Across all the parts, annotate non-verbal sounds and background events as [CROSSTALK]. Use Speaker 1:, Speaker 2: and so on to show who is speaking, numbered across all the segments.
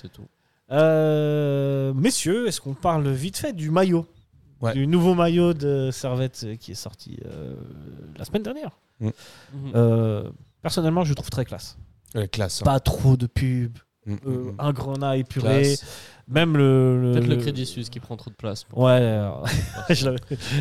Speaker 1: c'est tout.
Speaker 2: Euh, messieurs, est-ce qu'on parle vite fait du maillot
Speaker 3: Ouais.
Speaker 2: Du nouveau maillot de Servette euh, qui est sorti euh, la semaine dernière
Speaker 3: Mm.
Speaker 1: Mhm.
Speaker 2: Euh, Personnellement, je le trouve très classe.
Speaker 3: Ouais, classe. hein.
Speaker 2: Pas trop de pub,
Speaker 3: Mm, mm,
Speaker 2: euh,
Speaker 3: mm.
Speaker 2: un grenat épuré,
Speaker 3: Classe.
Speaker 2: même le.
Speaker 1: Peut-être le Crédit Suisse qui prend trop de place. pour-
Speaker 2: Ouais, alors, [LAUGHS] je l'avais-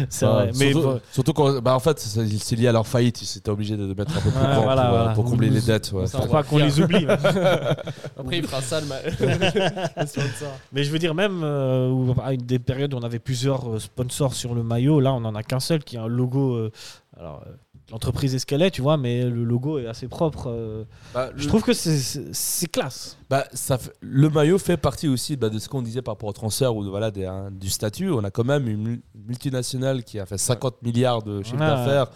Speaker 2: c'est
Speaker 3: Bah,
Speaker 2: vrai. Mais
Speaker 3: surtout,
Speaker 2: bon,
Speaker 3: surtout quand- bah, en fait, c'est c'est lié à leur faillite. Ils étaient obligés de mettre un peu plus
Speaker 2: Ouais,
Speaker 3: grand
Speaker 2: voilà,
Speaker 3: pour, euh,
Speaker 2: voilà.
Speaker 3: pour combler les dettes. ouais.
Speaker 1: Ça,
Speaker 2: faut
Speaker 1: on
Speaker 2: pas
Speaker 1: va
Speaker 2: qu'on
Speaker 1: faire.
Speaker 2: les oublie. hein.
Speaker 1: [LAUGHS] Après, il fera ça
Speaker 2: [LAUGHS]
Speaker 1: le mal. Le sponsor.
Speaker 2: Mais je veux dire, même euh, où, à une des périodes où on avait plusieurs euh, sponsors sur le maillot, là on en a qu'un seul qui a un logo. euh, alors, euh, l'entreprise Escalet, tu vois, mais le logo est assez propre. euh.
Speaker 3: Bah, le-
Speaker 2: Je trouve que c'est- c'est c'est classe.
Speaker 3: Bah, ça fait- le maillot fait partie aussi bah, de ce qu'on disait par rapport au transfert ou de- voilà, des- hein, du statut. On a quand même une mul- multinationale qui a fait 50 milliards de chiffre
Speaker 2: Ouais, ouais.
Speaker 3: d'affaires,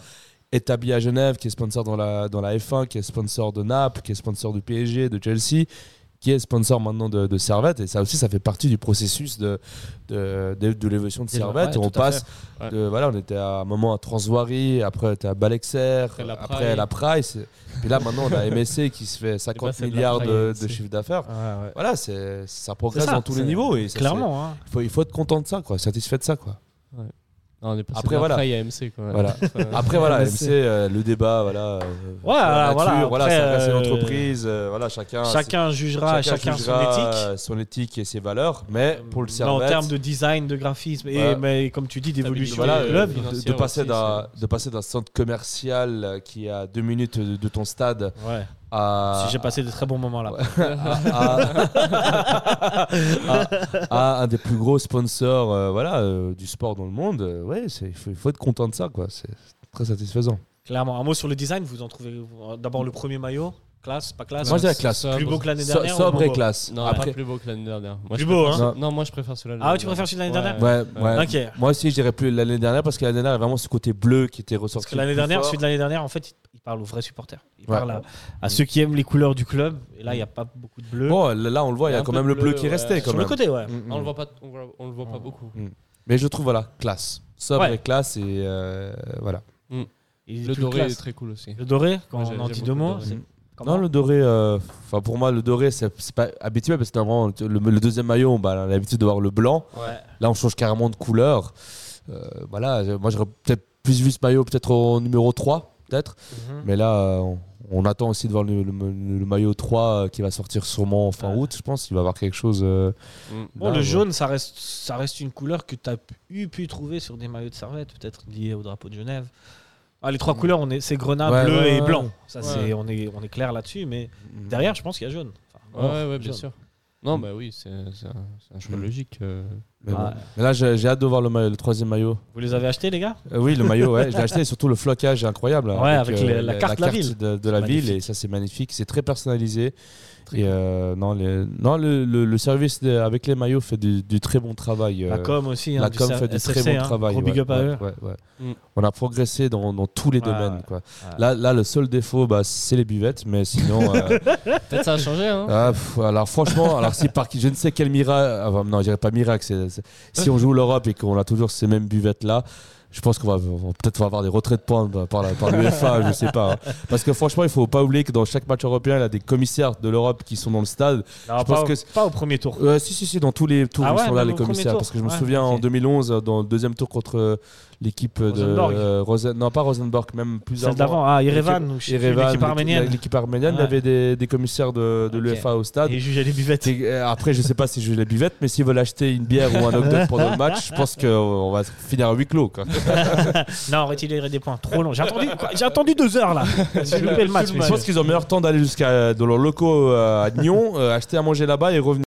Speaker 3: établie à Genève, qui est sponsor dans la, dans la F1, qui est sponsor de Naples, qui est sponsor du PSG, de Chelsea, qui est sponsor maintenant de, de Servette. Et ça aussi, ça fait partie du processus de, de, de- de l'évolution de
Speaker 2: Des-
Speaker 3: Servette.
Speaker 2: ouais,
Speaker 3: on
Speaker 2: tout à
Speaker 3: passe,
Speaker 1: fait. Ouais.
Speaker 3: de, voilà, on était à un moment à Transwari, après on était à Balexer,
Speaker 1: Après la Eh
Speaker 3: après la Price. Puis là, maintenant, on a MSC qui
Speaker 1: [LAUGHS]
Speaker 3: se fait 50
Speaker 1: ben, c'est de la
Speaker 3: milliards de,
Speaker 1: Price.
Speaker 3: de chiffre d'affaires voilà, c'est ça progresse
Speaker 2: C'est ça,
Speaker 3: dans tous les
Speaker 2: c'est-
Speaker 3: niveaux et ça,
Speaker 2: Clairement. hein.
Speaker 3: c'est- il faut il faut être content de ça quoi, satisfait de ça quoi.
Speaker 1: Non, on est passé
Speaker 3: Après,
Speaker 1: de la
Speaker 3: voilà.
Speaker 1: Fry à MC. Quoi. [LAUGHS]
Speaker 3: Voilà.
Speaker 1: Enfin,
Speaker 3: Après voilà,
Speaker 2: Mais
Speaker 3: MC euh, le débat voilà, euh, sur la
Speaker 2: voilà, voilà,
Speaker 3: nature, voilà,
Speaker 2: après,
Speaker 3: ça reste une
Speaker 2: euh,
Speaker 3: entreprise, euh, voilà, chacun
Speaker 2: Chacun jugera,
Speaker 3: c'est-
Speaker 2: chacun,
Speaker 3: jugera,
Speaker 2: son éthique.
Speaker 3: euh, son éthique et ses valeurs, mais
Speaker 1: Euh,
Speaker 3: pour le
Speaker 2: Mais en
Speaker 3: Servette
Speaker 2: termes de design, de graphisme, et
Speaker 3: Voilà.
Speaker 2: mais comme tu dis, d'évolution
Speaker 3: voilà,
Speaker 2: du
Speaker 3: euh,
Speaker 2: club.
Speaker 3: de- de,
Speaker 1: financière
Speaker 3: passer
Speaker 1: aussi,
Speaker 3: d'un de passer d'un centre commercial euh, qui est à deux minutes de, de ton stade
Speaker 2: Ouais.
Speaker 3: à
Speaker 2: Si J'ai passé de très bons moments là.
Speaker 3: Ah. Ouais. [LAUGHS] à, à- à Ah, un des plus gros sponsors euh, voilà, euh, du sport dans le monde, euh, ouais, c'est- il faut, il faut être content de ça. quoi. C'est très satisfaisant.
Speaker 2: Clairement. Un mot sur le design, vous en trouvez vous- d'abord le premier maillot, classe, pas classe.
Speaker 3: Moi, je dirais
Speaker 1: c'est
Speaker 3: classe.
Speaker 1: sobre.
Speaker 2: plus beau que l'année
Speaker 3: So-
Speaker 2: dernière. ou
Speaker 3: sobre
Speaker 2: moins
Speaker 3: et
Speaker 2: beau
Speaker 3: classe.
Speaker 1: Non,
Speaker 3: Après,
Speaker 1: pas plus beau que l'année dernière. Moi,
Speaker 2: Plus
Speaker 1: je
Speaker 2: beau,
Speaker 1: préfère-
Speaker 3: hein
Speaker 1: Non, moi je préfère celui-là.
Speaker 2: Ah, tu préfères celui de l'année
Speaker 1: Ouais.
Speaker 2: dernière
Speaker 3: ouais, ouais.
Speaker 2: Ok.
Speaker 3: Moi aussi, je dirais plus l'année dernière parce que l'année dernière, il y avait vraiment ce côté bleu qui était
Speaker 2: Parce
Speaker 3: ressorti.
Speaker 2: que l'année
Speaker 3: plus
Speaker 2: dernière,
Speaker 3: fort.
Speaker 2: celui de l'année dernière, en fait, il- il parle aux vrais supporters. Il
Speaker 3: Ouais.
Speaker 2: parle à, à ceux qui aiment les couleurs du club. Et là, il n'y a pas beaucoup de bleu.
Speaker 3: Bon, là, là, on le voit, il y
Speaker 1: Il y
Speaker 3: a
Speaker 1: a un
Speaker 3: quand
Speaker 1: peu
Speaker 3: même
Speaker 1: de
Speaker 3: le bleu
Speaker 1: bleu,
Speaker 3: qui
Speaker 1: ouais.
Speaker 3: restait quand
Speaker 2: Sur
Speaker 3: même.
Speaker 2: le côté, ouais.
Speaker 3: Mm, mm.
Speaker 1: On le voit pas, on le voit- on le voit pas beaucoup.
Speaker 3: Mais je trouve, voilà, classe. Sobre
Speaker 2: Ouais.
Speaker 3: et classe, et euh, voilà.
Speaker 2: Il est
Speaker 1: Le
Speaker 2: plus
Speaker 1: doré
Speaker 2: classe.
Speaker 1: est très cool aussi.
Speaker 2: Le doré, quand
Speaker 1: Moi, j'ai-
Speaker 2: on en
Speaker 1: j'ai
Speaker 2: dit
Speaker 1: beaucoup
Speaker 2: deux
Speaker 1: le
Speaker 2: mots.
Speaker 1: doré.
Speaker 2: c'est
Speaker 3: Mm.
Speaker 2: comment
Speaker 3: Non, le doré, euh, enfin pour moi, le doré, c'est c'est pas habituel parce que normalement, le, le deuxième maillot, bah, on a l'habitude de voir le blanc.
Speaker 2: Ouais.
Speaker 3: Là, on change carrément de couleur. Euh, voilà, je- moi, j'aurais peut-être plus vu ce maillot peut-être au numéro 3, peut-être.
Speaker 2: Mhm.
Speaker 3: Mais là, euh, on, on attend aussi de voir le, le- le maillot 3 euh, qui va sortir sûrement fin
Speaker 2: Ouais.
Speaker 3: août, je pense. Il va y avoir quelque chose. euh,
Speaker 1: Mm.
Speaker 2: Bon,
Speaker 3: là,
Speaker 2: le
Speaker 3: ouais.
Speaker 2: jaune, ça reste, ça reste une couleur que tu as eu pu trouver sur des maillots de servette, peut-être liés au drapeau de Genève. Ah, les trois couleurs, on est, c'est grenat,
Speaker 3: Mm. Ouais,
Speaker 2: bleu
Speaker 3: ouais,
Speaker 2: et
Speaker 3: ouais. Mm.
Speaker 2: blanc. Ça,
Speaker 1: Ouais.
Speaker 2: c'est, on est, on est clair là-dessus, mais
Speaker 3: euh,
Speaker 2: derrière, je pense qu'il y a jaune. Enfin,
Speaker 1: Ouais,
Speaker 2: or,
Speaker 1: ouais, ouais, bien
Speaker 2: jaune.
Speaker 1: sûr. Non, bah oui, c'est c'est un, c'est un choix
Speaker 3: Mm.
Speaker 1: logique. euh.
Speaker 3: Mais, bon.
Speaker 2: Ouais.
Speaker 3: Mais là, j'ai j'ai hâte de voir le, maillot- le troisième maillot.
Speaker 2: Ah, Vous les avez achetés, les gars
Speaker 3: Euh, oui, le maillot, ouais, je l'ai acheté. et Surtout le flocage est incroyable. hein,
Speaker 2: Ouais, avec les- la carte de la ville.
Speaker 3: de, de la
Speaker 2: C'est
Speaker 3: ville.
Speaker 2: magnifique.
Speaker 3: Et ça, c'est magnifique. C'est très personnalisé.
Speaker 1: Très
Speaker 3: et euh, non, les- non, le, le- le service de- avec les maillots fait du, du très bon travail.
Speaker 2: La
Speaker 3: euh,
Speaker 2: com aussi, hein,
Speaker 3: la
Speaker 2: du
Speaker 3: com
Speaker 2: ser-
Speaker 3: fait du très
Speaker 2: SFC,
Speaker 3: bon
Speaker 2: hein.
Speaker 3: travail.
Speaker 2: Gros
Speaker 3: ouais,
Speaker 2: big up à
Speaker 3: ouais,
Speaker 2: eux.
Speaker 3: ouais, ouais.
Speaker 1: Mm.
Speaker 3: On a progressé dans, dans tous les
Speaker 2: Ouais,
Speaker 3: domaines.
Speaker 2: ouais.
Speaker 3: Quoi.
Speaker 2: Ouais.
Speaker 3: Là, là, le seul défaut, bah, c'est les buvettes. Mais sinon,
Speaker 2: [LAUGHS]
Speaker 3: euh,
Speaker 1: Peut-être ça a changé, hein
Speaker 3: ah, pff, alors franchement, alors si par je ne sais quel miracle, ah, bah, non, je dirais pas miracle, c'est- c'est- si on joue l'Europe et qu'on a toujours ces mêmes buvettes là. Je pense qu'on va, on va peut-être avoir des retraits de points par, la- par l'UEFA, je sais pas. hein. Parce que franchement, il faut pas oublier que dans chaque match européen, il y a des commissaires de l'Europe qui sont dans le stade.
Speaker 2: Non,
Speaker 3: Je
Speaker 2: pas,
Speaker 3: pense
Speaker 2: au,
Speaker 3: que c'est-
Speaker 2: pas au premier tour.
Speaker 3: Euh, si, si, si, dans tous les tours,
Speaker 2: Ah ouais,
Speaker 3: ils sont là,
Speaker 2: même
Speaker 3: les
Speaker 2: au premier
Speaker 3: commissaires.
Speaker 2: tour.
Speaker 3: Parce que je me
Speaker 2: Ouais,
Speaker 3: souviens en
Speaker 2: ok.
Speaker 3: 2011, dans le deuxième tour contre euh, l'équipe de.
Speaker 2: Rosenborg.
Speaker 3: euh, Rosen- non, pas Rosenborg, même plusieurs.
Speaker 2: Celle d'avant, ah, Erevan, ou je sais plus,
Speaker 3: Erevan,
Speaker 2: l'équipe arménienne.
Speaker 3: L'équipe arménienne, il
Speaker 2: Ouais.
Speaker 3: y avait des, des commissaires de, de
Speaker 2: Ok.
Speaker 3: l'UEFA au stade.
Speaker 2: Et juge à les buvettes.
Speaker 3: C'est- euh, Après, je sais pas si je vais la buvette, mais s'ils veulent acheter une bière ou un hot
Speaker 2: [LAUGHS]
Speaker 3: dog pendant le match, je pense qu'on va finir à huis clos. quoi.
Speaker 2: Non, retirer des points, trop long. J'ai attendu, quoi, j'ai attendu deux heures là. J'ai loupé le match.
Speaker 3: Je pense qu'ils ont meilleur temps d'aller jusqu'à dans leurs locaux euh, à Nyon, euh, acheter à manger là-bas et revenir.